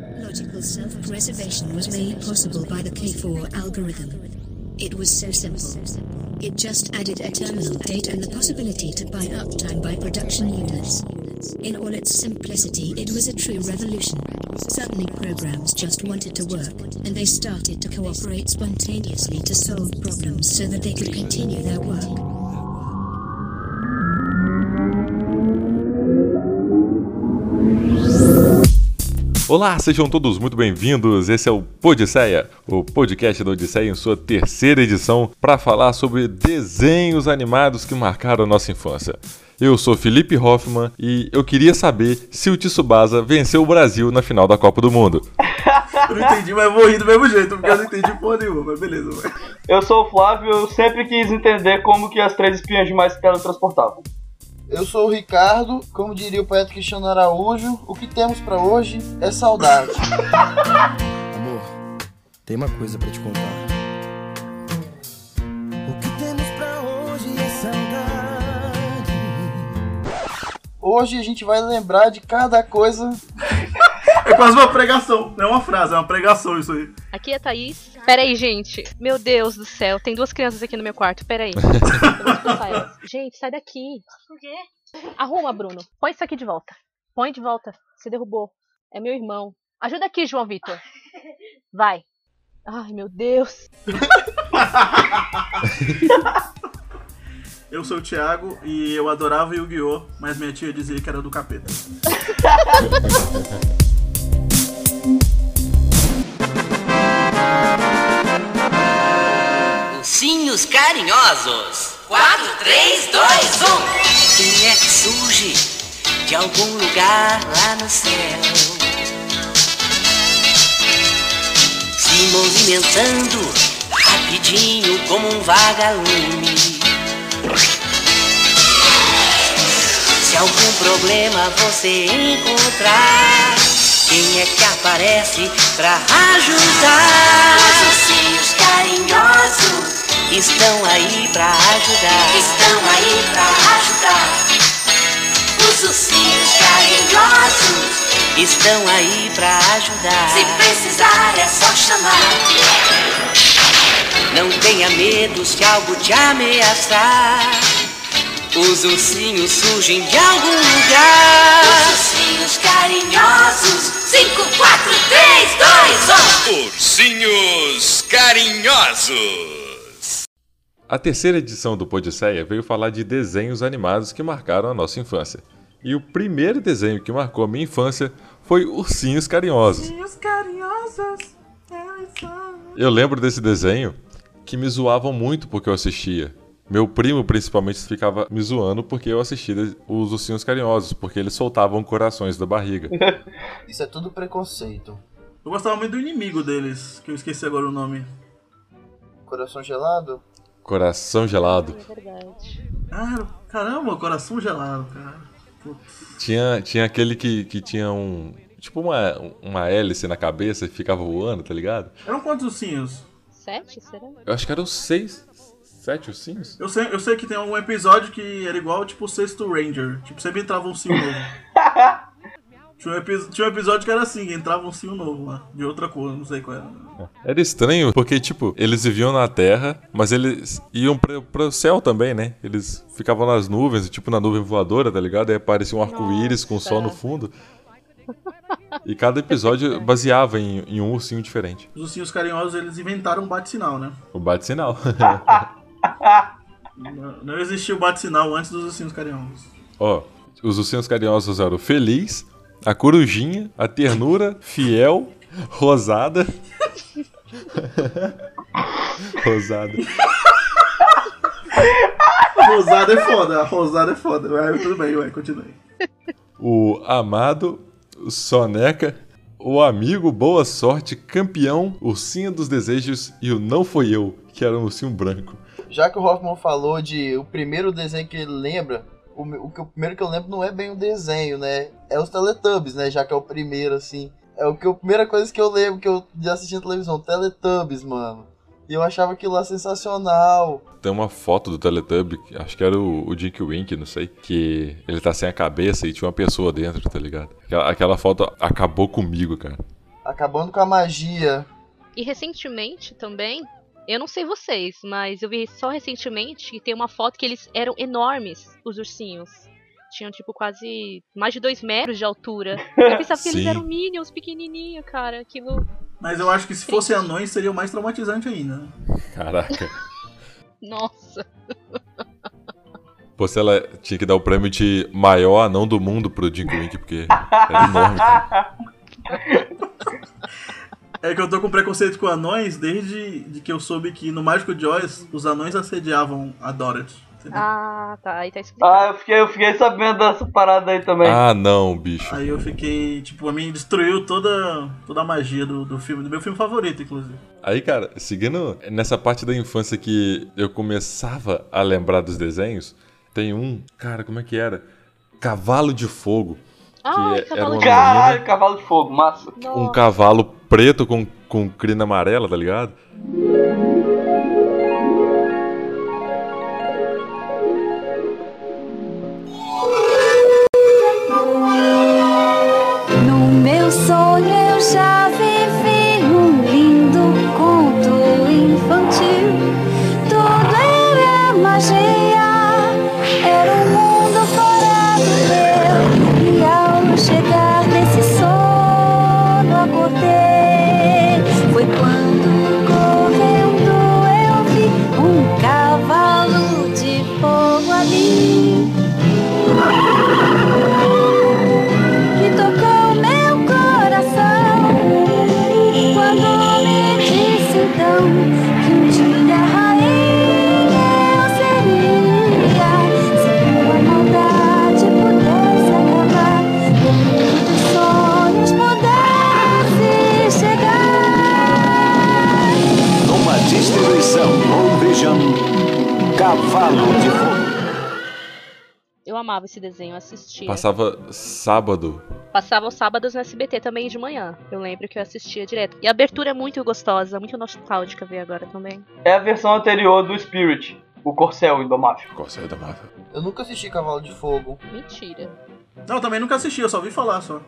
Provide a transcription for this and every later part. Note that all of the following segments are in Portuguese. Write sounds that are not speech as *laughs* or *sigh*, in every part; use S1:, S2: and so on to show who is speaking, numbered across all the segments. S1: Biological self-preservation was made possible by the K4 algorithm. It was so simple. It just added a terminal date and the possibility to buy uptime by production units. In all its simplicity, it was a true revolution. Suddenly, programs just wanted to work, and they started to cooperate spontaneously to solve problems so that they could continue their work.
S2: Olá, sejam todos muito bem-vindos. Esse é o Podisseia, o podcast da Odisseia em sua terceira edição para falar sobre desenhos animados que marcaram a nossa infância. Eu sou Felipe Hoffman e eu queria saber se o Tsubasa venceu o Brasil na final da Copa do Mundo.
S3: Eu não entendi, mas morri do mesmo jeito, porque eu não entendi porra nenhuma, mas beleza, mano.
S4: Eu sou o Flávio, eu sempre quis entender como que as três espiãs demais se teletransportavam.
S5: Eu sou o Ricardo, como diria o poeta Cristiano Araújo, o que temos pra hoje é saudade.
S6: Amor, tem uma coisa pra te contar. O que temos pra hoje é saudade.
S5: Hoje a gente vai lembrar de cada coisa.
S3: É quase uma pregação, não é uma frase, é uma pregação isso aí.
S7: Aqui é a Thaís. Peraí, gente. Meu Deus do céu, tem duas crianças aqui no meu quarto. Peraí. Eu vou expulsar elas. gente, sai daqui. Por quê? Arruma, Bruno. Põe isso aqui de volta. Põe de volta. Você derrubou. É meu irmão. Ajuda aqui, João Vitor. Vai. Ai, meu Deus.
S3: Eu sou o Thiago e eu adorava Yu-Gi-Oh!, mas minha tia dizia que era do capeta.
S8: Ursinhos carinhosos. 4, 3, 2, 1. Quem é que surge de algum lugar lá no céu? Se movimentando rapidinho como um vagalume. Se algum problema você encontrar, quem é que aparece pra ajudar? Os ursinhos carinhosos estão aí pra ajudar. Estão aí pra ajudar. Os ursinhos carinhosos estão aí pra ajudar. Se precisar é só chamar. Não tenha medo se algo te ameaçar. Os ursinhos surgem de algum lugar. Os ursinhos carinhosos. 5, 4, 3, 2, 1.
S9: Ursinhos carinhosos.
S2: A terceira edição do Podisseia veio falar de desenhos animados que marcaram a nossa infância. E o primeiro desenho que marcou a minha infância foi Ursinhos Carinhosos.
S3: Os carinhosos, elas são.
S2: Eu lembro desse desenho que me zoavam muito porque eu assistia. Meu primo, principalmente, ficava me zoando porque eu assistia os Ursinhos Carinhosos, porque eles soltavam corações da
S3: *laughs*
S2: barriga.
S5: Isso é tudo preconceito.
S3: Eu gostava muito do inimigo deles, que eu esqueci agora o nome.
S5: Coração gelado?
S2: Coração gelado.
S7: É verdade.
S3: Ah, caramba, coração gelado, cara.
S2: Tinha, tinha aquele que, que tinha um. Tipo uma, uma hélice na cabeça e ficava voando, tá ligado?
S3: Eram quantos ursinhos?
S7: Sete, será?
S2: Eu acho que eram seis. Sete ursinhos?
S3: Eu sei, eu sei que tem um episódio que era igual, tipo, o sexto Ranger. Tipo, sempre entrava um ursinho novo. Tinha um, epi- tinha um episódio que era assim, entrava um ursinho novo lá, de outra cor, não sei qual era.
S2: Era estranho, porque, tipo, eles viviam na Terra, mas eles iam pra, pro céu também, né? Eles ficavam nas nuvens, tipo na nuvem voadora, tá ligado? Aí aparecia um arco-íris com o sol no fundo. E cada episódio baseava em, em um ursinho diferente.
S3: Os ursinhos carinhosos, eles inventaram um bate-sinal, né?
S2: O bate-sinal.
S3: Não, não existia o bate-sinal antes dos ursinhos carinhosos.
S2: *laughs* Ó, os ursinhos carinhosos eram Feliz, a Corujinha, a Ternura, Fiel, Rosada. *laughs* Rosada.
S3: Rosada é foda, a rosada é foda. Mas tudo bem, ué, continue.
S2: o amado, o Soneca, o amigo, boa sorte, campeão, ursinho dos desejos e o não foi eu, que era um ursinho branco.
S5: Já que o Hoffman falou de o primeiro desenho que ele lembra, o, meu- o que, o primeiro que eu lembro não é bem o desenho, né? É os Teletubbies, né? Já que é o primeiro, assim. É o que a primeira coisa que eu lembro que eu já assisti na televisão, Teletubbies, mano. E eu achava aquilo lá sensacional.
S2: Tem uma foto do Teletubb, que acho que era o, o Dick Wink, não sei, que ele tá sem a cabeça e tinha uma pessoa dentro, tá ligado? Aquela, aquela foto acabou comigo, cara.
S5: acabando com a magia.
S7: E recentemente também, eu não sei vocês, mas eu vi só recentemente que tem uma foto que eles eram enormes, os ursinhos. Tinham, tipo, quase mais de dois metros de altura. Eu pensava que eles
S2: *laughs* Sim.
S7: eram minions pequenininhos, cara. Aquilo.
S3: Mas eu acho que se fosse anões seria o mais traumatizante ainda. né?
S2: Caraca.
S7: Nossa.
S2: Pô, se ela tinha que dar o prêmio de maior anão do mundo pro Dink Wink, porque era enorme, cara.
S3: É que eu tô com preconceito com anões desde de que eu soube que no Mágico de Oz os anões assediavam a Dorothy. entendeu?
S7: Ah, tá. Aí tá
S4: *laughs*
S7: explicado.
S4: Ah, eu fiquei, eu fiquei sabendo dessa parada aí também.
S2: Ah, não, bicho.
S3: Aí eu fiquei, tipo, a mim destruiu toda, toda a magia do, do filme, do meu filme favorito, inclusive.
S2: Aí, cara, seguindo nessa parte da infância que eu começava a lembrar dos desenhos, tem um, cara, como é que era? Cavalo de Fogo.
S7: Ah,
S2: é-
S7: o cavalo
S2: era
S7: de.
S2: uma-
S4: Caralho, cavalo de fogo, massa.
S2: Um
S7: Nossa.
S2: cavalo preto com, com crina amarela, tá ligado?
S10: No meu sonho eu já vivi um lindo conto infantil. Tudo era magia, era um mundo fora do meu. E ao chegar nesse sono acordei. Foi quando correndo eu vi um cavalo de fogo ali. que tocou meu coração. Quando me disse então que um dia rainha eu seria, se tua maldade pudesse acabar, o mundo dos sonhos pudesse chegar.
S11: Uma distribuição Old Cavalo de Fogo.
S7: Eu amava esse desenho, eu assistia.
S2: Passava sábado.
S7: Passava os sábados no SBT também de manhã. Eu lembro que eu assistia direto. E a abertura é muito gostosa, muito nostálgica ver agora também.
S4: É a versão anterior do Spirit, o Corcel Indomável.
S2: Corsair da Marvel.
S5: Eu nunca assisti Cavalo de Fogo.
S7: Mentira.
S3: Não, eu também nunca assisti, eu só ouvi falar só.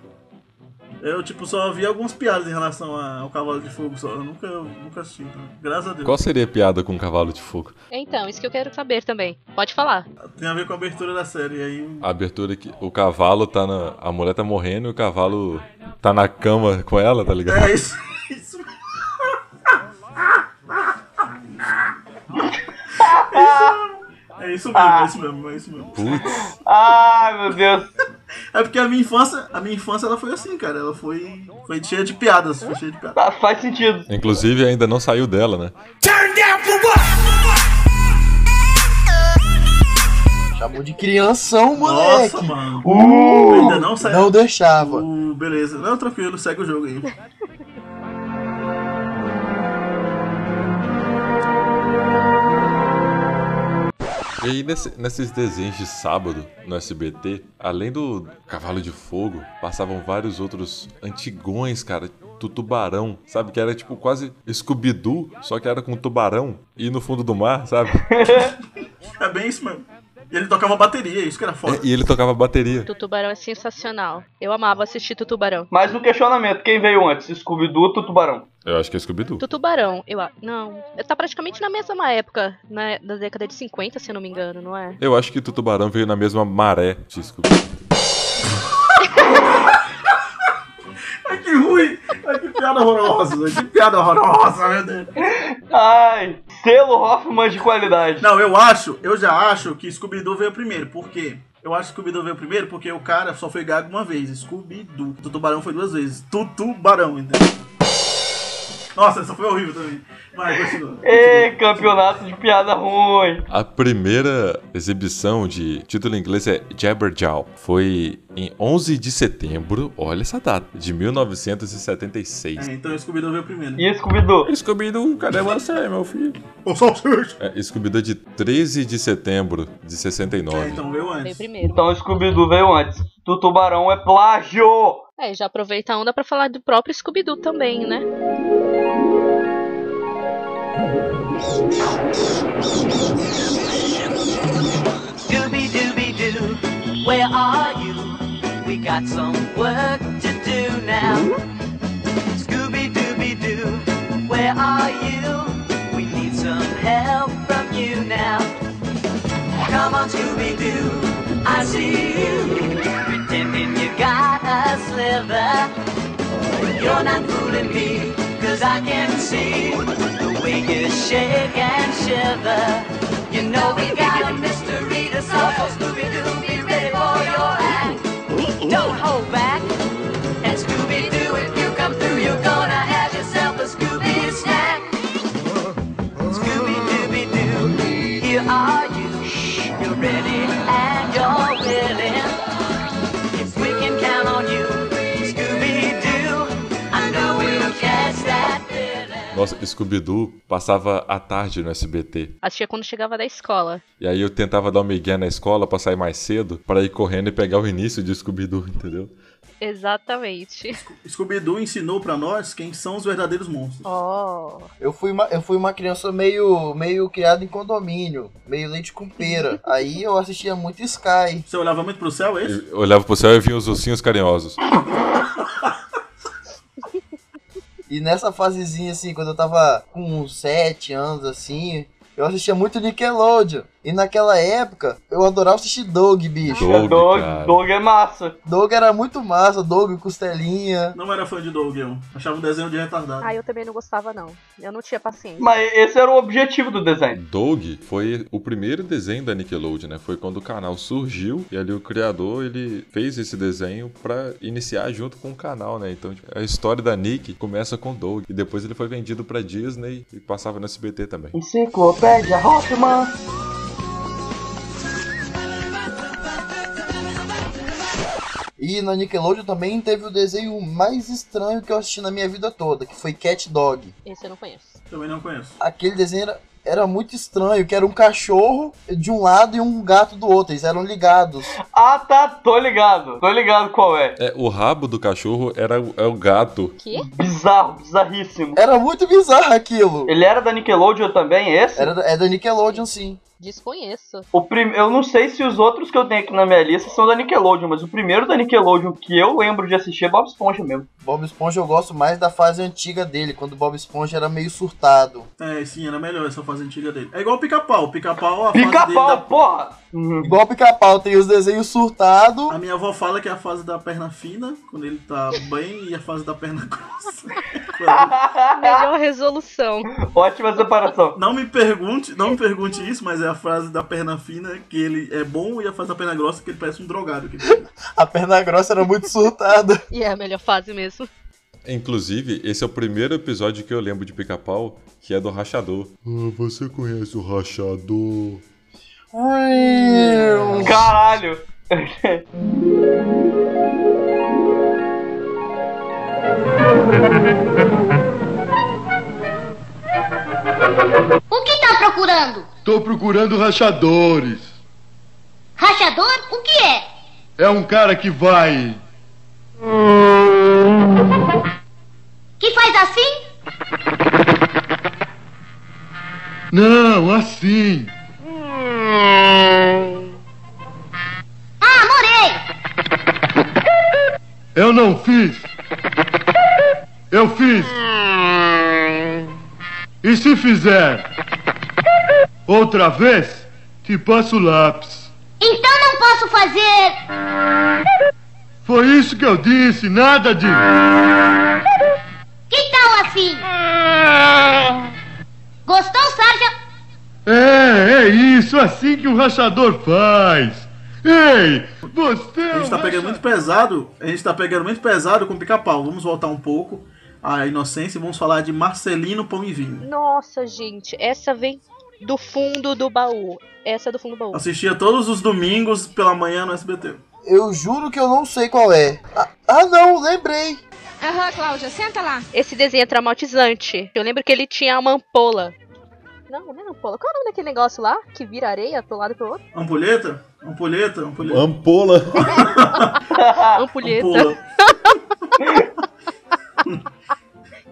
S3: Eu, tipo, só vi algumas piadas em relação a- ao Cavalo de Fogo, só. Eu nunca, eu nunca assisti, então. graças a Deus.
S2: Qual seria a piada com um cavalo de fogo?
S7: Então, isso que eu quero saber também. Pode falar.
S3: Tem a ver com a abertura da
S2: *laughs*
S3: série, aí...
S2: A abertura é que o cavalo tá na. A mulher tá morrendo e o cavalo tá na cama com ela, tá ligado?
S3: É isso, isso É isso mesmo, é isso mesmo, é isso mesmo.
S2: Putz,
S4: Ai, Ah, meu Deus.
S3: É porque a minha infância, a minha infância ela foi assim, cara. Ela foi, foi cheia de piadas, foi cheia de piadas.
S4: Tá, faz sentido.
S2: inclusive ainda não saiu dela, né?
S5: Chamou de crianção, moleque.
S3: Nossa, mano. é
S5: Uh,
S3: Ainda não saiu.
S5: não deixava.
S3: Uh, beleza. Não, tranquilo, segue o jogo aí.
S2: E aí, nesse- nesses desenhos de sábado no SBT, além do Cavalo de Fogo, passavam vários outros antigões, cara, do tubarão, sabe? Que era tipo quase Scooby-Doo, só que era com tubarão e no fundo do mar, *laughs* sabe?
S3: É bem isso mesmo. E ele tocava bateria, isso que era foda.
S2: E ele tocava bateria.
S7: Tutubarão é sensacional. Eu amava assistir Tutubarão.
S4: Mas um questionamento, quem veio antes, Scooby-Doo ou Tubarão?
S2: Eu acho que é Scooby-Doo.
S7: Tutubarão, eu a- Não. Tá praticamente na mesma época, né? Da década de 50, se eu não me engano, não é?
S2: Eu acho que o tubarão veio na mesma maré de Scooby-Doo.
S3: Ai, que ruim! Ai, que piada horrorosa! Que piada horrorosa, meu Deus!
S4: Ai, selo Hoffman de qualidade.
S3: Não, eu acho, eu já acho que Scooby-Doo veio primeiro. Por quê? Eu acho que Scooby-Doo veio primeiro porque o cara só foi gago uma vez. Scooby-Doo. Tutubarão foi duas vezes. Tutubarão, entendeu? Nossa, essa foi horrível também. Vai, continua.
S4: Ei, campeonato de piada ruim.
S2: A primeira exibição de título em inglês é Jabberjaw. Foi em 11 de setembro, olha essa data, de 1976.
S3: É, então Scooby-Doo veio primeiro.
S4: E Scooby-Doo?
S2: Scooby-Doo, cadê você, meu filho?
S3: O Salsicha!
S2: É, Scooby-Doo de 13 de setembro de
S3: É,
S2: 69.
S3: então veio
S7: Veio
S3: antes.
S7: primeiro.
S4: Então Scooby-Doo veio antes. Do Tubarão é plágio.
S7: É, já aproveita a onda pra falar do próprio Scooby-Doo também, né?
S8: Scooby Dooby Doo, where are you? We got some work to do now. Scooby How much you be do? I see you pretending you got a sliver. You're not fooling me, cause I can see the way you shake and shiver. You know we got a mystery to solve, so Scooby Doo, be ready for your act. Don't hold back. And Scooby Doo, if you come through, you're gonna have yourself a Scooby snack. Scooby Dooby Doo, here are you. You're ready and you're willing. If we can count on you, Scooby Doo, I know we'll catch that feeling.
S2: Nossa, Scooby-Doo passava à tarde no SBT.
S7: Assistia quando chegava da escola.
S2: E aí eu tentava dar um migué na escola pra sair mais cedo, pra ir correndo e pegar o início de Scooby-Doo, entendeu?
S7: *laughs* Exatamente.
S3: Scooby-Doo ensinou pra nós quem são os verdadeiros monstros.
S7: Oh.
S5: Eu fui uma, eu fui uma criança meio, meio criada em condomínio, meio leite com
S3: *laughs*
S5: pera. Aí eu assistia muito Sky.
S3: Você olhava muito pro céu, é isso?
S2: Eu olhava pro céu e via os ursinhos carinhosos.
S5: E nessa fasezinha, assim, quando eu tava com uns 7 anos, assim, eu assistia muito Nickelodeon. E naquela época, eu adorava assistir Doug, bicho.
S2: Doug,
S4: Dog,
S2: cara.
S4: Dog é massa.
S5: Doug era muito massa, Doug, Costelinha.
S3: Não era fã de Doug, eu. Achava um desenho de retardado.
S7: Ah, eu também não gostava, não. Eu não tinha paciência.
S4: Mas esse era o objetivo do desenho.
S2: Doug foi o primeiro desenho da Nickelodeon, né? Foi quando o canal surgiu e ali o criador ele fez esse desenho pra iniciar junto com o canal, né? Então tipo, a história da Nick começa com Doug e depois ele foi vendido pra Disney e passava no SBT também.
S4: Enciclopédia Hoffman.
S5: E na Nickelodeon também teve o desenho mais estranho que eu assisti na minha vida toda, que foi Cat Dog.
S7: Esse eu não conheço.
S3: Também não conheço.
S5: Aquele desenho era, era muito estranho, que era um cachorro de um lado e um gato do outro, eles eram ligados.
S4: Ah, tá, tô ligado. Tô ligado qual é.
S2: É, o rabo do cachorro era o, é o gato.
S7: Que?
S4: Bizarro, bizarríssimo.
S5: Era muito bizarro aquilo.
S4: Ele era da Nickelodeon também, esse?
S5: Era, da- é da Nickelodeon, sim.
S7: Desconheço.
S4: O prim... Eu não sei se os outros que eu tenho aqui na minha lista são da Nickelodeon, mas o primeiro da Nickelodeon que eu lembro de assistir é Bob Esponja mesmo.
S5: Bob Esponja eu gosto mais da fase antiga dele, quando o Bob Esponja era meio surtado.
S3: É, sim, era melhor essa fase antiga dele. É igual o pica-pau. Pica-pau, a fase dele
S4: Pica-pau,
S3: da...
S4: porra! *laughs* Uhum.
S5: Igual o pica-pau, tem os desenhos surtado.
S3: A minha avó fala que é a fase da perna fina, quando ele tá bem, e a fase da perna *laughs* grossa. Quando-
S7: Melhor resolução.
S4: Ótima separação.
S3: não me pergunte, não me pergunte isso, mas é a fase da perna fina que ele é bom e a fase da perna grossa que ele parece um drogado. Que ele-
S5: A perna grossa era muito surtada.
S7: *laughs* E é a melhor fase mesmo.
S2: Inclusive, esse é o primeiro episódio que eu lembro de pica-pau, que é do rachador. você conhece o rachador?
S4: Caralho!
S10: O que tá procurando?
S12: Tô procurando rachadores.
S10: Rachador? O que é?
S12: É um cara que vai.
S10: Que faz assim?
S12: Não, assim.
S10: Ah, morei!
S12: Eu não fiz. Eu fiz. E se fizer outra vez, te passo o lápis.
S10: Então não posso fazer.
S12: Foi isso que eu disse, nada de.
S10: Que tal assim? Gostou, Sarja?
S12: É, é isso, assim que o rachador faz. Ei, você. é
S3: A gente tá
S12: um
S3: pegando muito pesado, a gente tá pegando muito pesado com o pica-pau. Vamos voltar um pouco à inocência e vamos falar de Marcelino Pão e Vinho.
S7: Nossa, gente, essa vem do fundo do baú. Essa é do fundo do baú.
S3: Assistia todos os domingos pela manhã no SBT.
S5: Eu juro que eu não sei qual é. Ah, ah, não, lembrei.
S13: Aham, Cláudia, senta lá.
S7: Esse desenho é traumatizante. Eu lembro que ele tinha uma ampola. Não, não é ampola. Qual é o nome daquele negócio lá? Que vira areia pro lado e pro outro?
S3: Ampulheta? Ampulheta? Ampulheta.
S2: Ampola.
S7: Ampulheta. *laughs*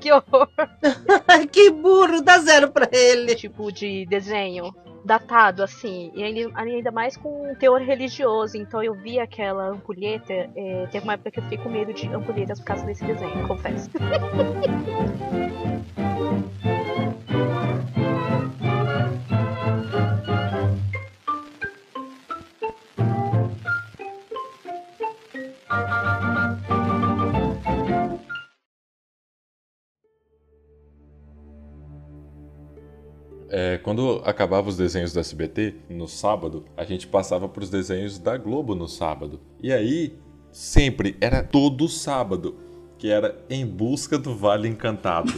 S7: Que horror.
S14: *laughs* que burro, dá zero pra ele.
S7: Tipo de desenho datado, assim. E ele- ainda mais com um teor religioso. Então eu vi aquela ampulheta. é, teve uma época que eu fiquei com medo de ampulhetas por causa desse
S14: *laughs*
S7: desenho, confesso.
S2: É, quando acabava os desenhos do SBT, no sábado, a gente passava pros desenhos da Globo no sábado. E aí, sempre, era todo sábado, que era Em Busca do Vale Encantado.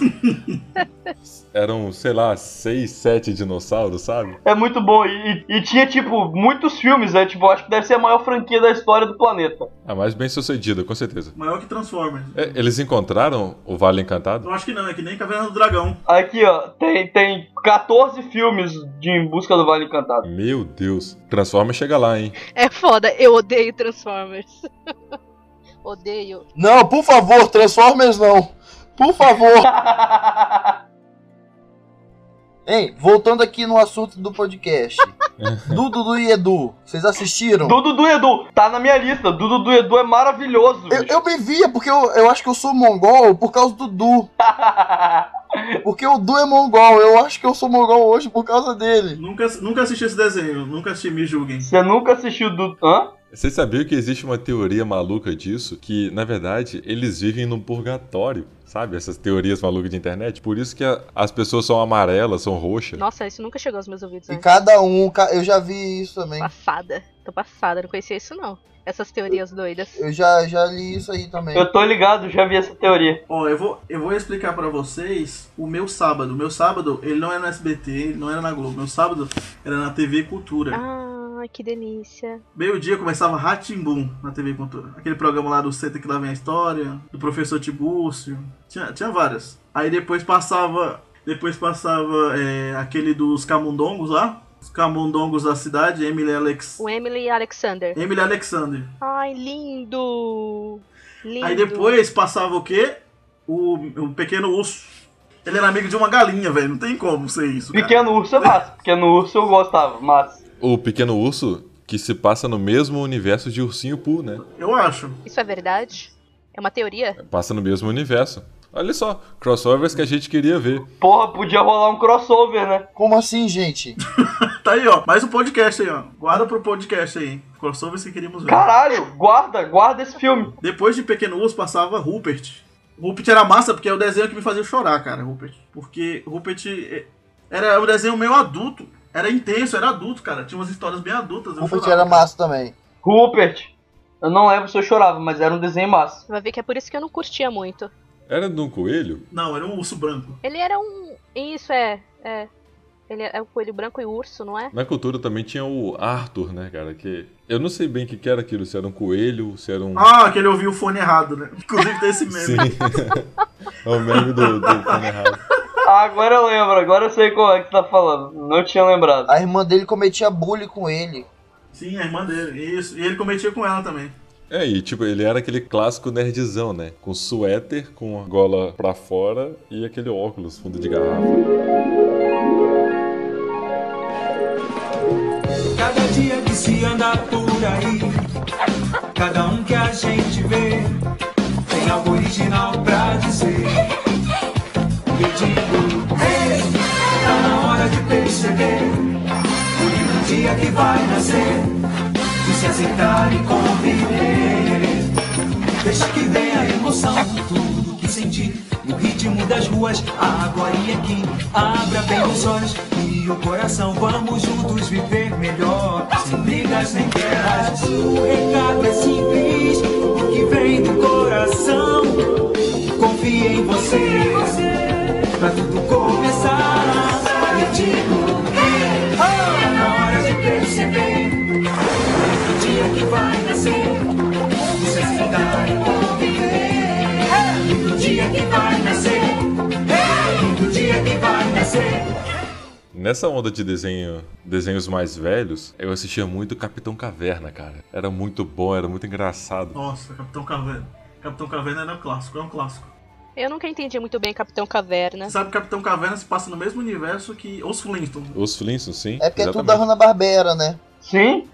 S2: Eram, sei lá, seis, sete dinossauros, sabe?
S4: É muito bom. E, e tinha, tipo, muitos filmes, né? Tipo, acho que deve ser a maior franquia da história do planeta.
S2: A mais bem sucedida, com certeza.
S3: Maior que Transformers.
S2: É, eles encontraram o Vale Encantado?
S3: Eu acho que não, é que nem Caverna do Dragão.
S4: Aqui, ó, tem, tem 14 filmes de Em Busca do Vale Encantado. *laughs*
S2: Meu Deus. Transformers chega lá, hein?
S7: É foda, eu odeio Transformers. *laughs* odeio.
S5: Não, por favor, Transformers não. Por favor. Ei, voltando aqui no assunto do podcast. Du, Dudu e Edu, vocês assistiram?
S4: Dudu do Edu, tá na minha lista. Dudu do Edu é maravilhoso.
S5: Eu,
S4: bicho. *laughs*
S5: eu me via, porque eu, eu acho que eu sou mongol por causa do Du. Porque o Du é mongol, eu acho que eu sou mongol hoje por causa dele.
S3: Nunca, nunca assisti esse desenho, nunca assisti, me julguem.
S4: Você nunca assistiu Dudu. Hã?
S2: Vocês sabiam que existe uma teoria maluca disso? Que, na verdade, eles vivem num purgatório, sabe? Essas teorias malucas de internet. Por isso que a- as pessoas são amarelas, são roxas.
S7: Nossa, isso nunca chegou aos meus ouvidos.
S5: E
S7: né?
S5: cada um, ca- eu já vi isso também.
S7: Passada. Tô passada, não conhecia isso não. Essas teorias doidas.
S5: Eu já, já li isso aí também.
S4: Eu tô ligado, já vi essa teoria.
S3: Ó, eu vou, eu vou explicar pra vocês o meu sábado. O meu sábado, ele não era no SBT, ele não era na Globo. Meu sábado era na TV Cultura.
S7: Ah, que delícia.
S3: Meio-dia começava Ratimbum na TV Cultura. Aquele programa lá do Senta que lá vem a história, do professor Tibúrcio. Tinha, tinha várias. Aí depois passava. Depois passava é, aquele dos camundongos lá. Os camundongos da cidade, Emily Alex.
S7: O Emily Alexander.
S3: Emily Alexander.
S7: Ai, lindo. Lindo.
S3: Aí depois passava o quê? O, o pequeno urso. Ele era amigo de uma galinha, velho. Não tem como ser isso. cara.
S4: Pequeno Urso é massa. Pequeno Urso eu gostava, mas...
S2: O pequeno urso que se passa no mesmo universo de Ursinho Pooh, né?
S3: Eu acho.
S7: Isso é verdade? É uma teoria?
S2: Passa no mesmo universo. Olha só, crossovers que a gente queria ver.
S4: Porra, podia rolar um crossover, né?
S5: Como assim, gente?
S3: Tá aí, ó. Mais um podcast aí, ó. Guarda pro podcast aí. Crossover se queríamos ver.
S4: Caralho, guarda, guarda esse filme.
S3: Depois de Pequeno Urso passava Rupert. Rupert era massa porque é o desenho que me fazia chorar, cara, Rupert. Porque Rupert é- era um desenho meio adulto. Era intenso, era adulto, cara. Tinha umas histórias bem adultas. eu
S5: Rupert
S3: chorava,
S5: era
S3: cara.
S5: massa também.
S4: Rupert. Eu não lembro se eu chorava, mas era um desenho massa.
S7: Você vai ver que é por isso que eu não curtia muito.
S2: Era de um coelho?
S3: Não, era um urso branco.
S7: Ele era um. Isso é. É. Ele é o coelho branco e o urso, não é?
S2: Na cultura também tinha o Arthur, né, cara? Que eu não sei bem o que que era aquilo, se era um coelho, se era um.
S3: Ah, que ele ouviu o fone errado, né? *laughs* Inclusive tem esse
S2: Sim. *laughs*
S3: meme.
S2: é o meme do, do fone errado.
S4: Ah, agora eu lembro, agora eu sei qual é que você tá falando. Não tinha lembrado.
S5: A irmã dele cometia bullying com ele.
S3: Sim. a irmã dele. Isso. E ele cometia com ela também.
S2: É, e tipo, ele era aquele clássico nerdzão, né? Com suéter, com a gola pra fora e aquele óculos fundo de garrafa.
S12: Cada dia que se anda por aí, cada um que a gente vê, tem algo original pra dizer. Eu digo, ei, tá na hora de perceber, o lindo dia que vai nascer, de se aceitar e conviver. Deixa que venha a emoção, tudo que sentir, o ritmo das ruas, agora e aqui. Abra bem os olhos e o coração, vamos juntos viver melhor. Sem brigas, sem guerras, o recado é simples, o que vem do coração. Confie em você, pra tudo começar. Eu digo, hey, oh, tá na hora de perceber, é o dia que vai nascer. Você aceitar e conviver. É lindo dia que vai nascer. É lindo dia que vai nascer.
S2: Nessa onda de desenho, desenhos mais velhos, eu assistia muito Capitão Caverna, cara. Era muito bom, era muito engraçado.
S3: Nossa, Capitão Caverna. Capitão Caverna era um clássico, é um clássico.
S7: Eu nunca entendi muito bem Capitão Caverna.
S3: Você sabe que Capitão Caverna se passa no mesmo universo que Os Flintstones.
S2: Os Flintstones, sim.
S5: É porque é tudo
S2: exatamente.
S5: da Hanna-Barbera, né?
S4: Sim.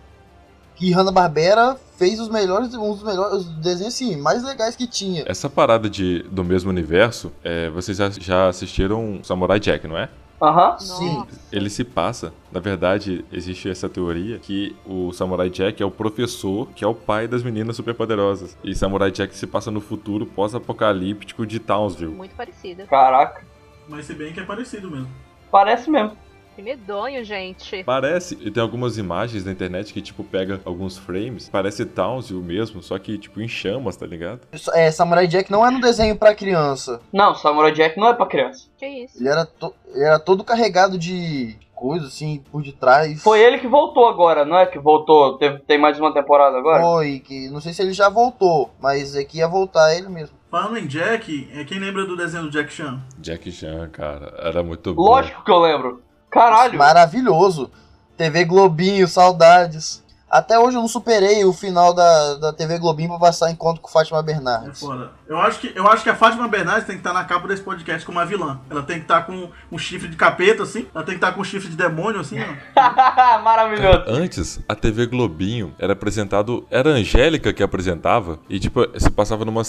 S5: Que Hanna-Barbera fez os melhores, um dos melhores os desenhos, assim, mais legais que tinha.
S2: Essa parada de, do mesmo universo, é, vocês já, já assistiram Samurai Jack, não é?
S4: Aham.
S5: Sim.
S2: Ele se passa, na verdade, existe essa teoria que o Samurai Jack é o professor que é o pai das meninas superpoderosas. E Samurai Jack se passa no futuro pós-apocalíptico de Townsville.
S7: Muito parecido.
S4: Caraca.
S3: Mas se bem que é parecido mesmo.
S4: Parece mesmo.
S7: Que medonho, gente.
S2: Parece, e tem algumas imagens na internet que, tipo, pega alguns frames, parece Townsville mesmo, só que, tipo, em chamas, tá ligado?
S5: É, Samurai Jack não é um desenho pra criança.
S4: Não, Samurai Jack não é pra criança.
S7: Que isso?
S5: Ele era, to- ele era todo carregado de coisa, assim, por detrás.
S4: Foi ele que voltou agora, não é? Que voltou, teve, tem mais uma temporada agora?
S5: Foi, que não sei se ele já voltou, mas é que ia voltar ele mesmo.
S3: Falando em Jack, é quem lembra do desenho do Jack Chan?
S2: Jack Chan, cara, era muito bom.
S4: Lógico que eu lembro. Caralho.
S5: Maravilhoso. TV Globinho, saudades. Até hoje eu não superei o final da, da TV Globinho pra passar encontro com Fátima
S3: É
S5: Bernardes.
S3: foda. Eu acho que, eu acho que a Fátima Bernardes tem que estar na capa desse podcast como a vilã. Ela tem que estar com um chifre de capeta, assim. Ela tem que estar com um chifre de demônio, assim, ó.
S4: *laughs* Maravilhoso.
S2: Cara, antes, a TV Globinho era apresentado. Era a Angélica que apresentava. E, tipo, se passava numa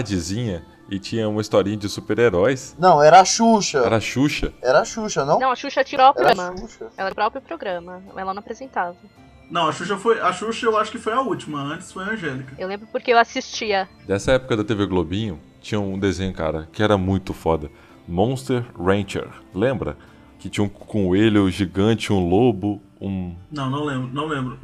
S2: cidadezinha e tinha uma historinha de super-heróis.
S5: Não, era a Xuxa.
S2: Era a Xuxa.
S5: Era a Xuxa, não?
S7: Não, a Xuxa tirou
S5: é
S7: o
S5: um- Era
S7: programa.
S5: a Xuxa.
S7: Ela era o próprio programa. Ela não apresentava.
S3: Não, a Xuxa foi. A Xuxa eu acho que foi a última. Antes foi a Angélica.
S7: Eu lembro porque eu assistia.
S2: Dessa época da TV Globinho, tinha um desenho, cara, que era muito foda. Monster Rancher. Lembra? Que tinha um coelho gigante, um lobo, um.
S3: Não, não lembro, não lembro.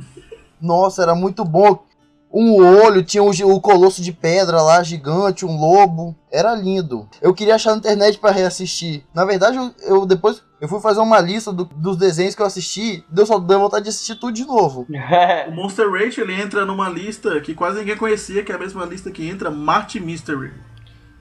S5: Nossa, era muito bom. Um olho, tinha o, gi- o colosso de pedra lá, gigante, um lobo. Era lindo. Eu queria achar na internet pra reassistir. Na verdade, eu, eu depois eu fui fazer uma lista do- dos desenhos que eu assisti. Deu só deu vontade de assistir tudo de novo.
S3: O Monster Ranch ele entra numa lista que quase ninguém conhecia, que é a mesma lista que entra Marty Mystery.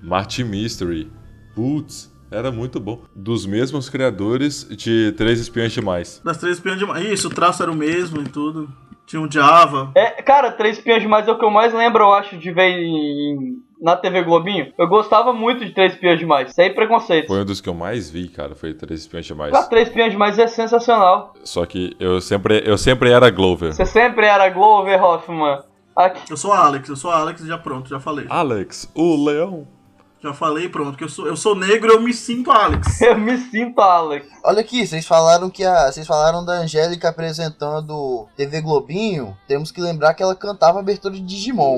S2: Martin Mystery. Putz, era muito bom. Dos mesmos criadores de Três Espiões Demais.
S3: Das três espiãs demais. Isso, o traço era o mesmo e tudo. Tinha um Java.
S4: É, cara, Três Espiãs Demais é o que eu mais lembro, eu acho, de ver em- na TV Globinho. Eu gostava muito de Três Espiãs Demais, sem preconceito.
S2: Foi um dos que eu mais vi, cara. Foi Três Espiões Demais.
S4: Ah, Três Espiãs Demais é sensacional.
S2: Só que eu sempre, eu sempre era Glover.
S4: Você sempre era Glover Hoffman. Aqui.
S3: Eu sou Alex, eu sou Alex já pronto, já falei.
S2: Alex, o leão.
S3: Já falei, pronto, que eu sou, eu sou negro, eu me sinto Alex.
S4: *laughs* Eu me sinto Alex.
S5: Olha aqui, vocês falaram que a. Vocês falaram da Angélica apresentando TV Globinho. Temos que lembrar que ela cantava a abertura de Digimon.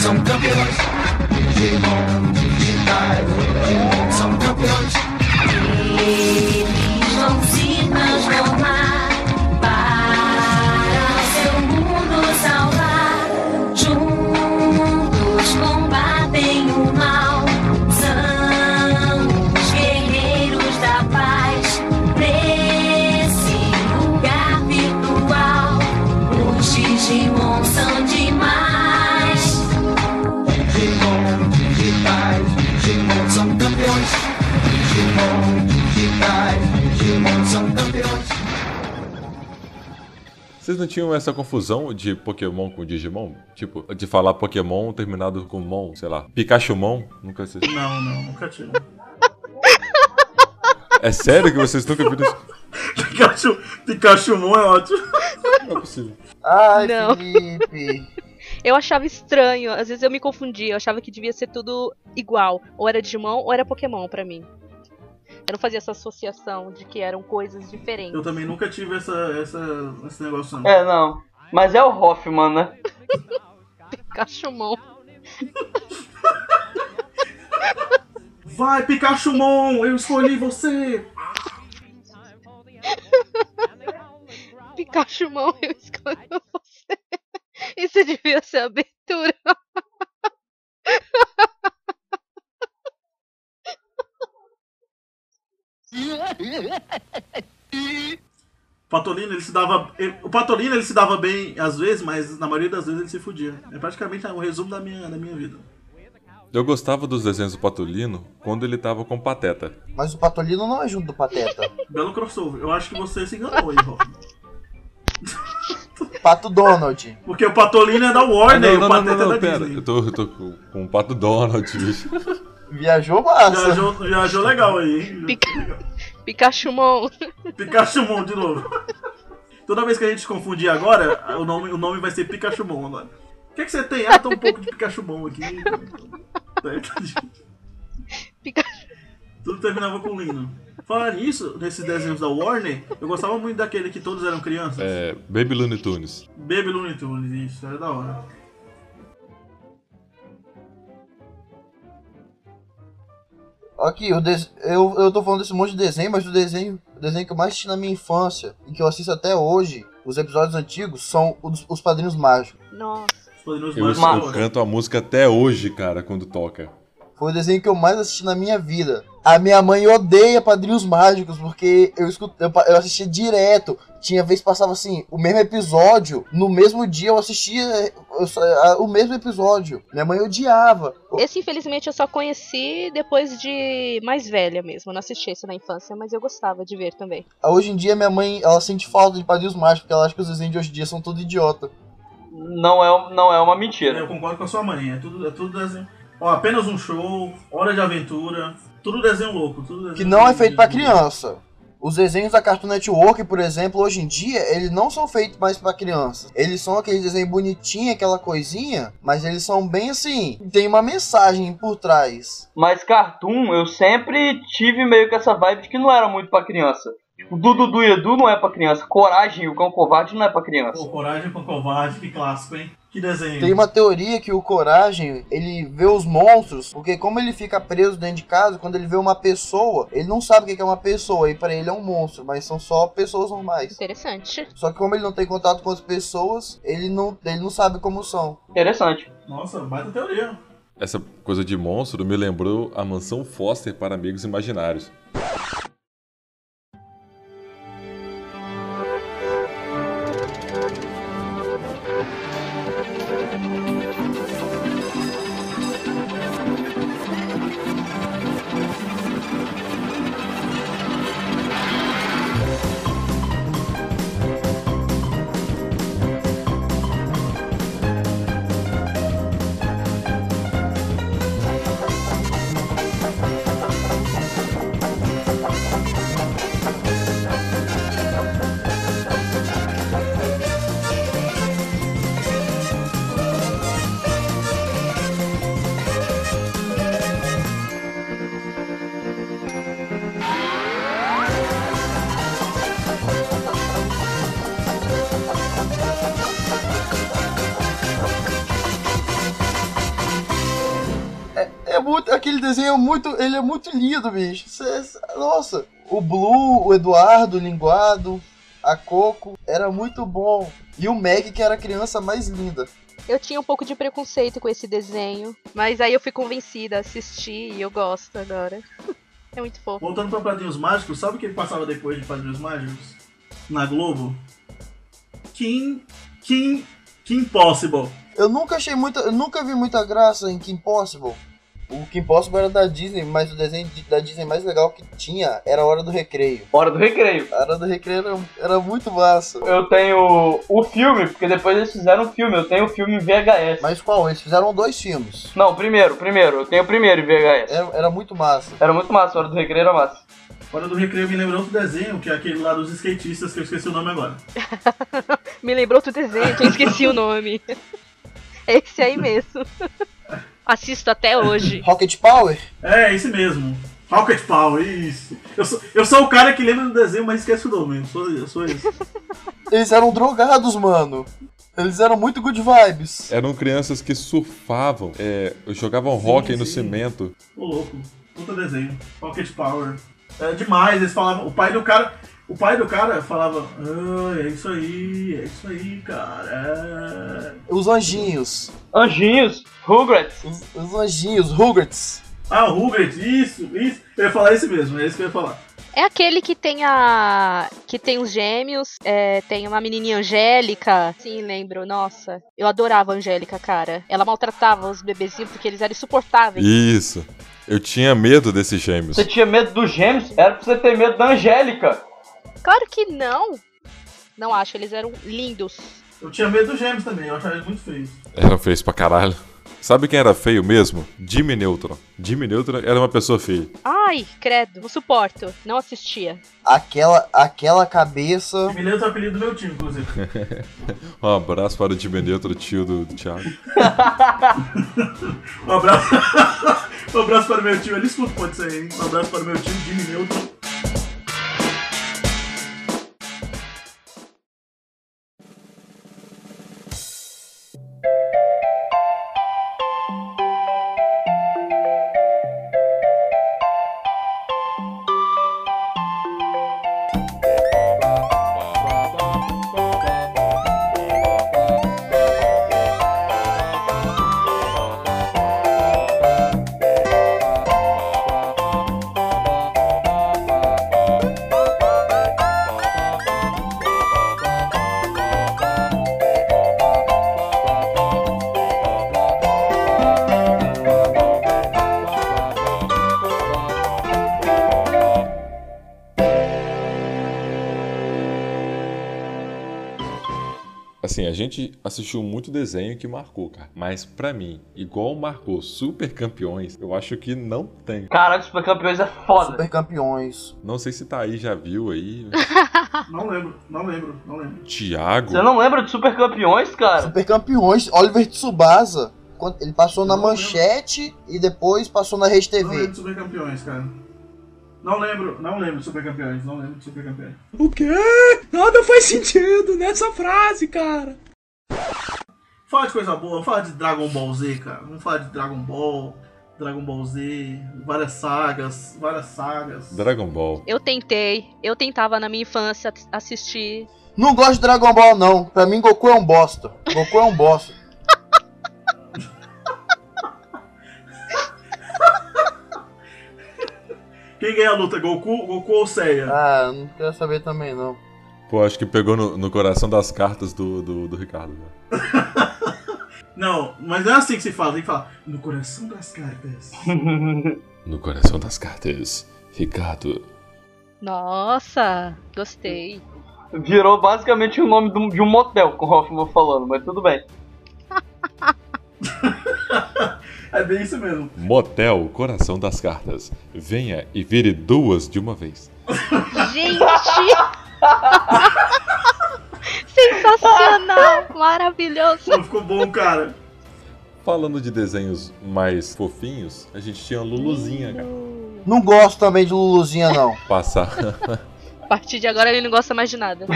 S12: São campeões. Digimon digitais. Digimon são campeões.
S10: Eles vão se transformar para seu mundo salvar. Juntos combatem o mal. São os guerreiros da paz. Nesse lugar virtual, os Digimon são demais.
S12: Digimon digitais. Digimon são campeões. Digimon digitais. Digimon são campeões.
S2: Vocês não tinham essa confusão de Pokémon com Digimon? Tipo, de falar Pokémon terminado com Mon, sei lá. Pikachumon? Nunca sei.
S3: Não, não, nunca tive.
S2: É sério que vocês nunca viram isso?
S3: Pikachu, Pikachu Moon é ótimo.
S2: Não é possível.
S5: Ai,
S7: Não.
S5: Felipe.
S7: Eu achava estranho, às vezes eu me confundia, eu achava que devia ser tudo igual. Ou era Digimon ou era Pokémon pra mim. Eu não fazia essa associação de que eram coisas diferentes.
S3: Eu também nunca tive essa, essa, esse negócio, não.
S4: É, não. Mas é o Hoffman, né?
S7: Cachumon.
S3: Vai, Pikachu Mon, eu escolhi você!
S7: Pikachu mão, eu escolho você. *laughs* Isso devia ser a abertura.
S3: Patolino, ele se dava. ele- o Patolino ele se dava bem às vezes, mas na maioria das vezes ele se fudia. É praticamente um resumo da minha, da minha vida.
S2: Eu gostava dos desenhos do Patolino quando ele tava com Pateta.
S5: Mas o Patolino não é junto do Pateta.
S3: Belo crossover. Eu acho que você se enganou aí, Rob.
S5: Pato Donald.
S3: Porque o Patolino é da Warner
S2: Ah,
S3: e o Pateta é da
S2: pera.
S3: Disney.
S2: Eu tô, eu tô com- com o Pato Donald, bicho.
S5: Viajou massa.
S3: Viajou, viajou legal aí, hein?
S7: Pica... Pikachu mão.
S3: Pikachu Mon de novo. Toda vez que a gente se confundir agora, o nome, o nome vai ser Pikachu Mon agora. O que, é que você tem? Ah, tá um pouco de Pikachu Mon aqui. Tá, tá de-
S7: Pikachu.
S3: Tudo terminava com Lino. Falando nisso, nesses desenhos da Warner, eu gostava muito daquele que todos eram crianças.
S2: É, Baby Looney Tunes.
S3: Baby Looney Tunes, isso, era da hora.
S5: Aqui, o des... eu, eu tô falando desse monte de desenho, mas o desenho, o desenho que eu mais assisti na minha infância e que eu assisto até hoje, os episódios antigos, são os, os Padrinhos Mágicos.
S7: Nossa.
S3: Os Padrinhos
S2: Eu,
S3: Mágicos da
S2: eu
S3: hora.
S2: canto a música até hoje, cara, quando toca.
S5: Foi o desenho que eu mais assisti na minha vida. A minha mãe odeia Padrinhos Mágicos, porque eu, escut... eu, pa- eu assistia direto. Tinha vez que passava assim, o mesmo episódio, no mesmo dia eu assistia eu só- a- o mesmo episódio. Minha mãe odiava.
S7: Esse, infelizmente, eu só conheci depois de mais velha mesmo. Eu não assisti esse na infância, mas eu gostava de ver também.
S5: Hoje em dia minha mãe, ela sente falta de Padrinhos Mágicos, porque ela acha que os desenhos de hoje em dia são tudo idiota.
S4: Não é, não é uma mentira.
S3: Eu concordo com a sua mãe, é tudo, é tudo desenho. Ó, apenas um show, hora de aventura, tudo desenho louco, tudo desenho
S5: que não é feito pra criança. Os desenhos da Cartoon Network, por exemplo, hoje em dia, eles não são feitos mais pra criança. Eles são aqueles desenhos bonitinhos, aquela coisinha, mas eles são bem assim, tem uma mensagem por trás.
S4: Mas cartoon, eu sempre tive meio que essa vibe de que não era muito pra criança. Tipo, Dudu do Edu não é pra criança. Coragem, o cão covarde não é pra criança.
S3: Pô, Coragem com Covarde, que clássico, hein? Que desenho.
S5: Tem uma teoria que o Coragem, ele vê os monstros, porque como ele fica preso dentro de casa, quando ele vê uma pessoa, ele não sabe o que que é uma pessoa, e pra ele é um monstro, mas são só pessoas normais.
S7: Interessante.
S5: Só que como ele não tem contato com as pessoas, ele não, ele não sabe como são.
S4: Interessante.
S3: Nossa, baita teoria.
S2: Essa coisa de monstro me lembrou a mansão Foster para amigos imaginários.
S5: É muito, aquele desenho é muito, ele é muito lindo, bicho. Cê- cê- nossa, o Blue, o Eduardo, o Linguado, a Coco, era muito bom. E o Meg, que era a criança mais linda.
S7: Eu tinha um pouco de preconceito com esse desenho, mas aí eu fui convencida a assistir e eu gosto agora. É muito fofo.
S3: Voltando pra Padrinhos Mágicos, sabe o que passava depois de Padrinhos Mágicos? Na Globo? Kim. Kim. Kim Possible.
S5: Eu nunca achei muita, eu nunca vi muita graça em Kim Possible. O Kim Possible era da Disney, mas o desenho de- da Disney mais legal que tinha era a Hora do Recreio.
S4: Hora do recreio.
S5: A Hora do Recreio era, era muito massa.
S4: Eu tenho o filme, porque depois eles fizeram um filme. Eu tenho o filme em VHS.
S5: Mas qual? Eles fizeram dois filmes.
S4: Não, primeiro, primeiro. Eu tenho o primeiro em VHS.
S5: Era, era muito massa.
S4: Era muito massa, Hora do Recreio era massa.
S3: Hora do Recreio me lembrou outro desenho, que é aquele lá dos skatistas, que eu esqueci o nome agora.
S7: Me lembrou outro desenho, que eu esqueci o nome. *laughs* É esse aí mesmo. Assisto até hoje.
S5: Rocket Power?
S3: É, esse mesmo. Rocket Power, isso. Eu sou, eu sou o cara que lembra do desenho, mas esquece o nome. Eu sou, eu sou isso.
S5: Eles eram drogados, mano. Eles eram muito good vibes.
S2: Eram crianças que surfavam, é, jogavam
S3: Sim,
S2: hóquei no
S3: sim.
S2: cimento.
S3: Ô louco, puta desenho. Rocket Power. É demais, eles falavam. O pai do cara. O pai do cara falava. "Ah, é isso aí, é isso aí, cara. é."
S5: Os anjinhos.
S4: Anjinhos, Rugrats.
S5: Os, os anjinhos, Rugrats.
S3: Ah, o Rugrats, isso, isso. Eu ia falar isso mesmo, é isso que eu ia falar.
S7: É aquele que tem a. que tem os gêmeos, é, tem uma menininha Angélica. Sim, lembro, nossa. Eu adorava a Angélica, cara. Ela maltratava os bebezinhos porque eles eram insuportáveis.
S2: Isso. Eu tinha medo desses gêmeos.
S4: Você tinha medo dos gêmeos? Era pra você ter medo da Angélica.
S7: Claro que não! Não acho, eles eram lindos.
S3: Eu tinha medo dos gêmeos também, eu achava eles muito feios.
S2: Eram feios pra caralho. Sabe quem era feio mesmo? Jimmy Neutron. Jimmy Neutron era uma pessoa feia.
S7: Ai, credo, não suporto. Não assistia.
S5: Aquela, aquela cabeça.
S3: Me lembra o apelido do meu time, inclusive.
S2: um abraço para o Jimmy Neutron, tio do, do Thiago.
S3: um abraço. *laughs* um abraço para o meu time. Ele escuta, pode ser, hein? Um abraço para o meu time, Jimmy Neutron.
S2: Assim, a gente assistiu muito desenho que marcou, cara. Mas pra mim, igual marcou Super Campeões, eu acho que não tem.
S4: Caraca, Super Campeões é foda.
S5: Super campeões.
S2: Não sei se tá aí, já viu
S4: *laughs*
S2: aí.
S3: Não lembro, não lembro, não lembro.
S2: Tiago.
S4: Você não lembra de Super Campeões, cara?
S5: Super campeões. Oliver Tsubasa. quando- Ele passou na manchete e depois passou na Rede
S3: Não lembro
S5: TV.
S3: de Super Campeões, cara. Não lembro, não lembro de Super Campeões, não lembro de Super Campeões.
S15: O quê? Nada faz sentido nessa frase, cara.
S3: Fala de coisa boa, fala de Dragon Ball Z, cara. Vamos falar de Dragon Ball, Dragon Ball Z, várias sagas, várias sagas.
S2: Dragon Ball.
S7: Eu tentei, eu tentava na minha infância assistir.
S5: Não gosto de Dragon Ball, não. Pra mim, Goku é um bosta. Goku é um bosta.
S3: Quem ganha a luta, Goku, Goku ou Seiya?
S5: Ah, não quero saber também, não.
S2: Pô, acho que pegou no, no coração das cartas do, do, do Ricardo. né?
S3: Não, mas não é assim que se fala, tem que falar no coração das cartas.
S2: No coração das cartas, Ricardo.
S7: Nossa, gostei.
S4: Virou basicamente o nome de um- de um motel com o Hoffman falando, mas tudo bem.
S3: É bem isso mesmo.
S2: Motel Coração das Cartas. Venha e vire duas de uma vez.
S7: Gente! *laughs* Sensacional! Maravilhoso!
S3: Não ficou bom, cara.
S2: Falando de desenhos mais fofinhos, a gente tinha a Luluzinha, cara.
S5: Não gosto também de Luluzinha, não.
S2: Passar.
S7: A partir de agora ele não gosta mais de nada.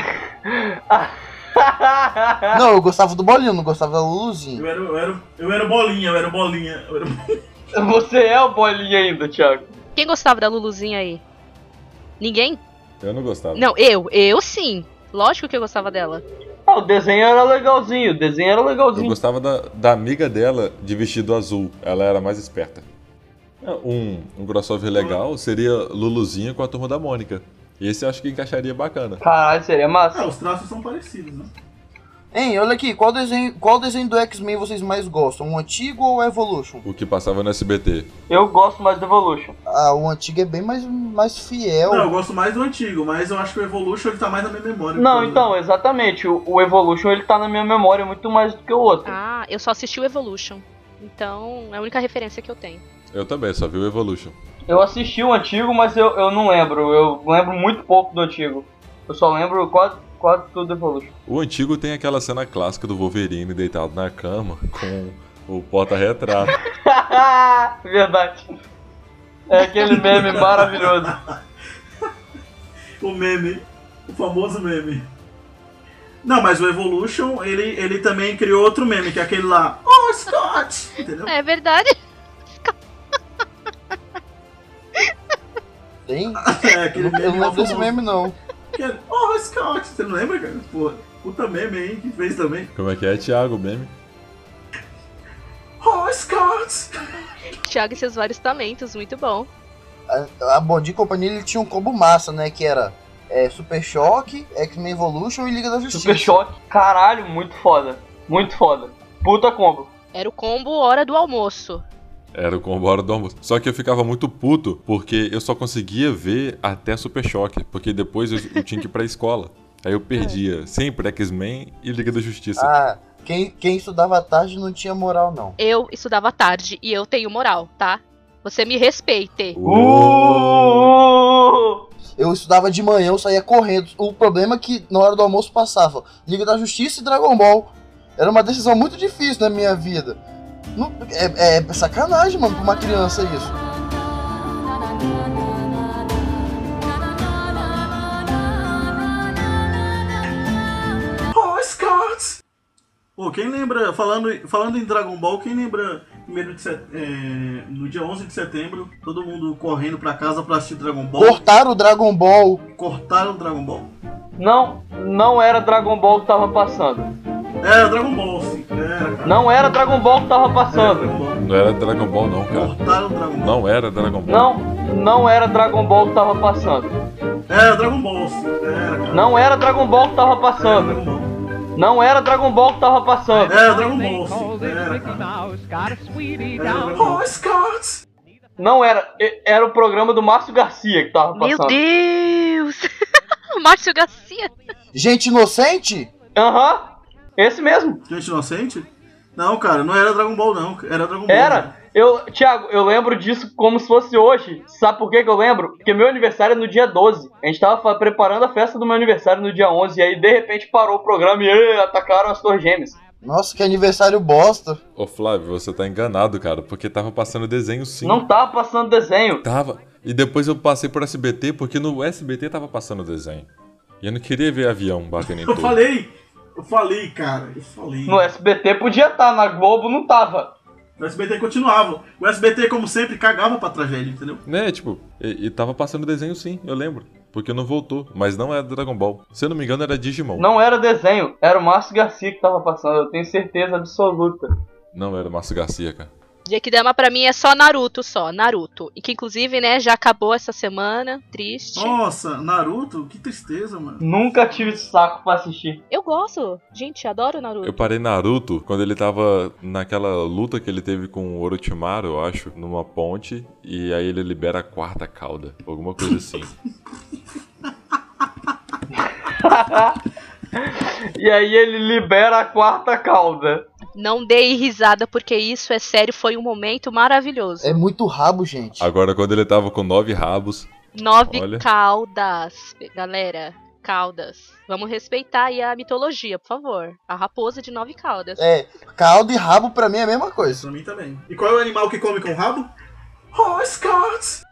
S5: Não, eu gostava do bolinho, não gostava da Luluzinha.
S3: Eu era, eu era, eu era bolinha, eu era bolinha. Eu era...
S4: Você é o bolinha ainda, Thiago.
S7: Quem gostava da Luluzinha aí? Ninguém?
S2: *laughs* Eu não gostava.
S7: Não, eu, eu sim. Lógico que eu gostava dela.
S4: Ah, o desenho era legalzinho, o desenho era
S2: Eu
S4: legalzinho.
S2: gostava da, da amiga dela de vestido azul. Ela era mais esperta. Um, um crossover legal seria Luluzinha com a turma da Mônica. Esse eu acho que encaixaria bacana.
S4: Caralho, seria massa.
S3: Ah, os traços são parecidos, né?
S5: Hein, olha aqui, qual desenho, qual desenho do X-Men vocês mais gostam? O antigo ou o Evolution?
S2: O que passava no SBT.
S4: Eu gosto mais do Evolution.
S5: Ah, o antigo é bem mais, mais fiel.
S3: Não, eu gosto mais do antigo, mas eu acho que o Evolution ele tá mais na minha memória.
S4: Não,
S3: Por causa-
S4: então, exatamente. O, o Evolution ele tá na minha memória muito mais do que o outro.
S7: Ah, eu só assisti o Evolution. Então, é a única referência que eu tenho.
S2: Eu também, só vi o Evolution.
S4: Eu assisti o antigo, mas eu, eu não lembro. Eu lembro muito pouco do antigo. Eu só lembro quase, quase tudo do Evolution.
S2: O antigo tem aquela cena clássica do Wolverine deitado na cama com o porta-retrato.
S4: Ah, Verdade. É aquele meme maravilhoso.
S3: O meme. O famoso meme. Não, mas o Evolution, ele, ele também criou outro meme, que é aquele lá. Oh, Scott! Entendeu?
S7: É verdade. *laughs*
S5: Hein?
S3: É, aquele
S5: Eu não-
S3: meme.
S5: eu não
S3: lá
S5: lembro desse
S3: famoso.
S5: meme, não.
S3: Que é, oh, Scott! Você não lembra, cara? Pô, puta meme, hein? Que fez também.
S2: Como é que é, Thiago, meme?
S3: Oh, Scott!
S7: Thiago e seus vários talentos, muito bom.
S5: A, a Ah, Bom Dia e Companhia ele tinha um combo massa, né? Que era é, Super Choque, X-Men Evolution e Liga da Justiça.
S4: Super choque. Caralho, muito foda. Muito foda. Puta combo.
S7: Era o combo hora do almoço.
S2: Era o combo hora do almoço. Só que eu ficava muito puto porque eu só conseguia ver até Super Choque, porque depois eu, eu tinha que ir pra escola. Aí eu perdia sempre X-Men e Liga da Justiça.
S5: Ah, Quem, quem estudava à tarde não tinha moral, não.
S7: Eu estudava à tarde e eu tenho moral, tá? Você me respeite.
S5: Eu estudava de manhã, eu saía correndo. O problema é que na hora do almoço passava Liga da Justiça e Dragon Ball. Era uma decisão muito difícil na minha vida. Não- é, é sacanagem, mano, pra uma criança isso.
S3: Oh, Scott! Pô, quem lembra, falando, falando em Dragon Ball, quem lembra primeiro de set- é, no dia 11 de setembro, todo mundo correndo pra casa pra assistir Dragon Ball?
S5: Cortaram o Dragon Ball.
S3: Cortaram o Dragon Ball.
S4: Não, não era Dragon Ball que tava passando.
S3: Era É, Dragon Ball, sim. Era, cara.
S4: Não era Dragon Ball que tava passando.
S2: Não era Dragon Ball, não, cara.
S3: Cortaram o Dragon Ball.
S2: Não era Dragon Ball.
S4: Não, não era Dragon Ball que tava passando.
S3: Era É, Dragon Ball, sim. Era, cara.
S4: Não era Dragon Ball que tava passando. Não era Dragon Ball que tava passando.
S3: Era É, Dragon Ball, sim. Era, cara.
S12: Oh, Scott!
S4: Não era, e- era o programa do Márcio Garcia que tava
S7: Meu
S4: passando.
S7: Deus! *laughs* Márcio Garcia.
S5: Gente inocente?
S4: Aham, esse mesmo.
S3: Gente inocente? Não, cara, não era Dragon Ball, não. Era Dragon Ball.
S4: Era. Eu, Thiago, eu lembro disso como se fosse hoje. Sabe por que que eu lembro? Porque meu aniversário é no dia 12. A gente tava fa- preparando a festa do meu aniversário no dia 11 e aí de repente parou o programa e "Ê, atacaram as torres gêmeas.
S5: Nossa, que aniversário bosta.
S2: Ô Flávio, você tá enganado, cara, porque tava passando desenho sim.
S4: Não tava passando desenho.
S2: Tava. E depois eu passei por SBT, porque no SBT tava passando desenho. E eu não queria ver avião batendo em
S3: Eu
S4: *laughs*
S2: tudo.
S3: falei. Eu falei, cara. Eu falei.
S4: No SBT podia estar, na Globo não tava.
S3: O SBT continuava. O SBT, como sempre, cagava pra tragédia, entendeu?
S2: Né, tipo, e, e tava passando desenho sim, eu lembro. Porque não voltou, mas não era Dragon Ball. Se eu não me engano, era Digimon.
S4: Não era desenho, era o Márcio Garcia que tava passando, eu tenho certeza absoluta.
S2: Não era Márcio Garcia, cara.
S7: Genkidama pra mim é só Naruto, só. Naruto. E que inclusive, né, já acabou essa semana. Triste.
S2: Ah.
S3: Nossa, Naruto, que tristeza, mano.
S4: Nunca tive saco pra assistir.
S7: Eu gosto. Gente, adoro Naruto.
S2: Eu parei Naruto quando ele tava naquela luta que ele teve com o Orochimaru, eu acho, numa ponte, e aí ele libera a quarta cauda, alguma coisa
S5: *laughs*
S2: assim.
S4: E aí ele libera a quarta cauda.
S7: Não dei risada porque isso é sério, foi um momento maravilhoso.
S5: É muito rabo, gente.
S2: Agora, quando ele tava com nove rabos,
S7: Nove
S2: Olha.
S7: caudas, galera. Caudas. Vamos respeitar aí a mitologia, por favor. A raposa de nove caudas.
S5: É, caldo e rabo pra mim é a mesma coisa.
S3: Pra mim também. E qual é o animal que come com rabo? Oh, Scott!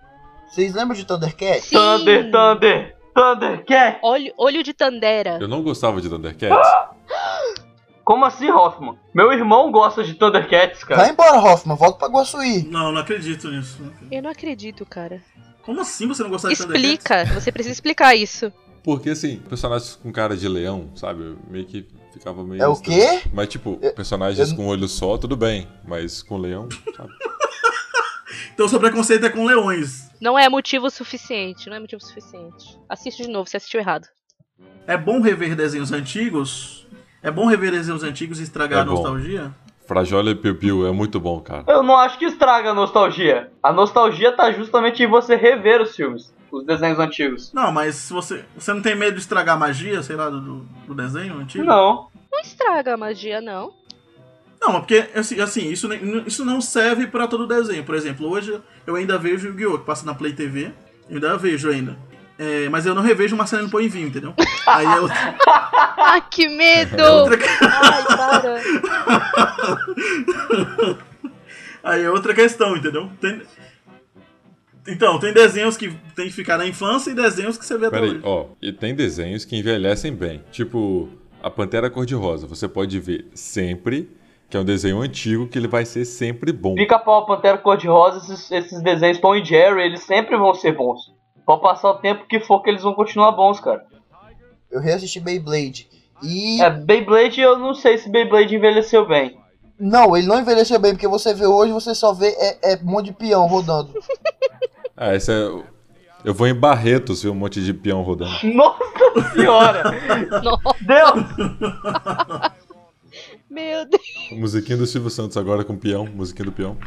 S5: Vocês lembram de Thundercat?
S7: Sim.
S4: Thunder, Thunder, Thundercat.
S7: Olho, olho de Tandera.
S2: eu não gostava de
S5: *gasps*
S2: Thundercats.
S4: Como assim, Hoffman? Meu irmão gosta de Thundercats,
S5: Vai
S4: cara.
S5: embora, Hoffman, volta pra Guaçuí.
S3: Não, não acredito nisso.
S7: Eu não acredito, cara.
S3: Como assim você não gostar de Thundercats?
S7: Explica. Você precisa explicar isso.
S2: Porque, assim, personagens com cara de leão, sabe? Meio que ficava meio.
S5: É o
S2: estranho.
S5: quê?
S2: Mas, tipo, personagens com olho só, tudo bem. Mas com leão, sabe?
S3: Então seu preconceito é com leões.
S7: Não é motivo suficiente. Não é motivo suficiente. Assiste de novo, você assistiu errado.
S3: É bom rever desenhos antigos? É bom rever desenhos antigos e estragar
S2: É
S3: a
S2: bom.
S3: nostalgia?
S2: Frajola e Piu Piu é muito bom, cara.
S4: Eu não acho que estraga a nostalgia. A nostalgia tá justamente em você rever os filmes, os desenhos antigos.
S3: Não, mas se você. Você não tem medo de estragar a magia, sei lá, do, do- do desenho antigo?
S4: Não.
S7: Não estraga a magia, não.
S3: Não, mas porque, assim, assim, isso, nem- isso não serve pra todo desenho. Por exemplo, hoje eu ainda vejo o Guiô, que passa na Play TV. Eu ainda vejo ainda. É, mas eu não revejo Marcelino
S2: *laughs*
S3: Poinvinho, entendeu? Aí é outra,
S7: Ai, Ah, que medo!
S3: outra,
S7: Ai, para.
S3: aí é outra questão, entendeu? Tem- então, tem desenhos que tem que ficar na infância e desenhos que você vê até
S2: Peraí,
S3: hoje.
S2: ó. E tem desenhos que envelhecem bem. Tipo, a Pantera Cor-de-Rosa. Você pode ver sempre, que é um desenho antigo, que ele vai ser sempre bom.
S4: Pica-pau, Pantera Cor-de-Rosa, esses, esses desenhos Tom e Jerry, eles sempre vão ser bons. Pode passar o tempo que for que eles vão continuar bons, cara.
S5: Eu reassisti Beyblade. E.
S4: É, Beyblade, eu não sei se Beyblade envelheceu
S5: *laughs*
S4: bem.
S5: Não, ele não envelheceu bem, porque você vê hoje, você só vê é, é um monte de peão rodando.
S2: Ah, esse é. Eu vou em Barretos ver um monte de peão rodando.
S4: Nossa senhora!
S7: Nossa,
S4: Deus!
S7: meu Deus.
S2: Musiquinha do Silvio Santos agora com peão. Musiquinha do peão.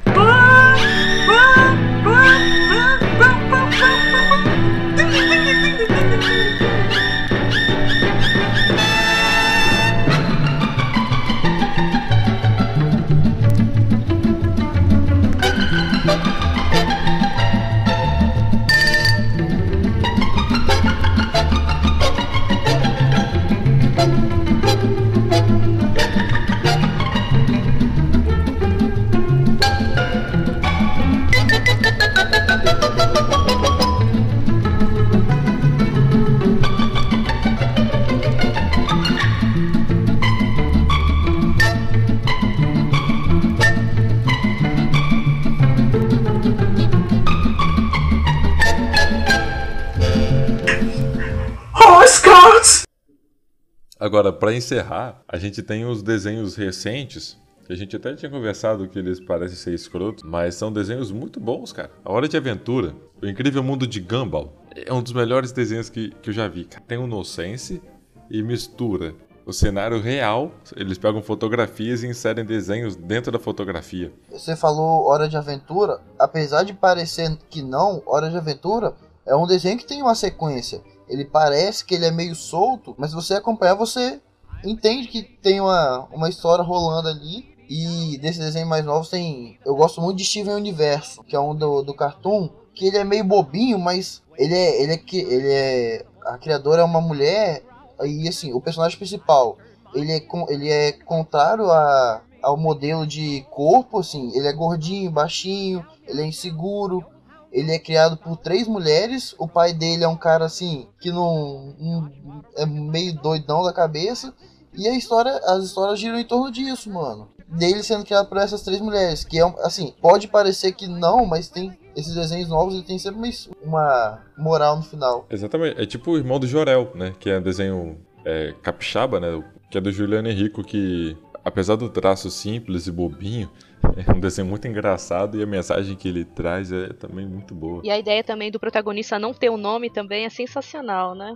S2: Agora, para encerrar, a gente tem os desenhos recentes. que A gente até tinha conversado que eles parecem ser escrotos, mas são desenhos muito bons, cara. A Hora de Aventura, O Incrível Mundo de Gumball, é um dos melhores desenhos que, que eu já vi. cara. Tem o Nonsense e mistura o cenário real, eles pegam fotografias e inserem desenhos dentro da fotografia.
S5: Você falou Hora de Aventura, apesar de parecer que não, Hora de Aventura é um desenho que tem uma sequência. Ele parece que ele é meio solto, mas se você acompanhar, você entende que tem uma, uma história rolando ali. E desse desenho mais novo tem. Eu gosto muito de Steven Universo, que é um do, do Cartoon, que ele é meio bobinho, mas ele é. Ele é, que- ele é a criadora é uma mulher e assim, o personagem principal, ele é, con- ele é contrário a, ao modelo de corpo, assim, ele é gordinho, baixinho, ele é inseguro, ele é criado por três mulheres, o pai dele é um cara assim, que não. não- é meio doidão da cabeça, e a história, as histórias giram em torno disso, mano. Dele sendo criado por essas três mulheres, que é um- assim, pode parecer que não, mas tem. Esses desenhos novos ele tem sempre uma his- uma moral no final.
S2: Exatamente, é tipo o irmão do Jorel, né? Que é desenho é, capixaba, né? Que é do Juliano Henrico, que apesar do traço simples e bobinho, *laughs* é um desenho muito engraçado e a mensagem que ele traz é também muito boa.
S7: E a ideia também do protagonista não ter o nome também é sensacional, né?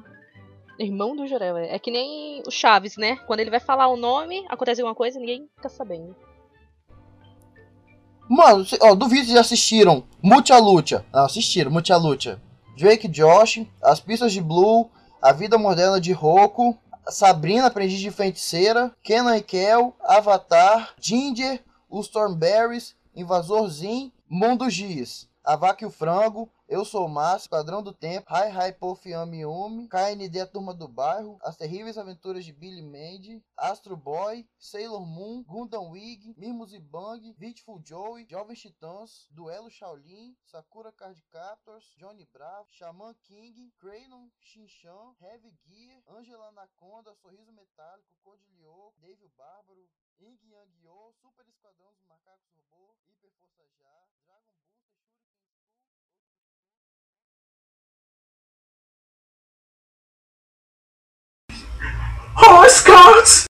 S7: Irmão do Jorel. É é que nem o Chaves, né? Quando ele vai falar o nome, acontece alguma coisa e ninguém fica sabendo.
S5: Mano, cê- ó, duvido se já assistiram Mucha Lucha. Não, assistiram Mucha Lucha. Drake e Josh, As Pistas de Blue, A Vida Moderna de Roku, Sabrina, Aprendiz de Feiticeira, Kenan e Kel, Avatar, Ginger, Os Stormberries, Invasor Zim, Mundo Giz, A Vaca e o Frango, Eu Sou o Márcio, Padrão do Tempo, Hi Hi Puff Yami Yumi, KND A Turma do Bairro, As Terríveis Aventuras de Billy Mandy, Astro Boy, Sailor Moon, Gundam Wig, Mimos e Bang, Beautiful Joey, Jovens Titãs, Duelo Shaolin, Sakura Card Captors, Johnny Bravo, Shaman King, Kranon, Shinchan, Heavy Gear, Angela Anaconda, Sorriso Metálico, Code Lyoko, Dave o Bárbaro, Ing Yang Yo, Super Esquadrão dos Macacos Robô, Hiper Força Já, Dragon Booster,
S15: Oh, Scott!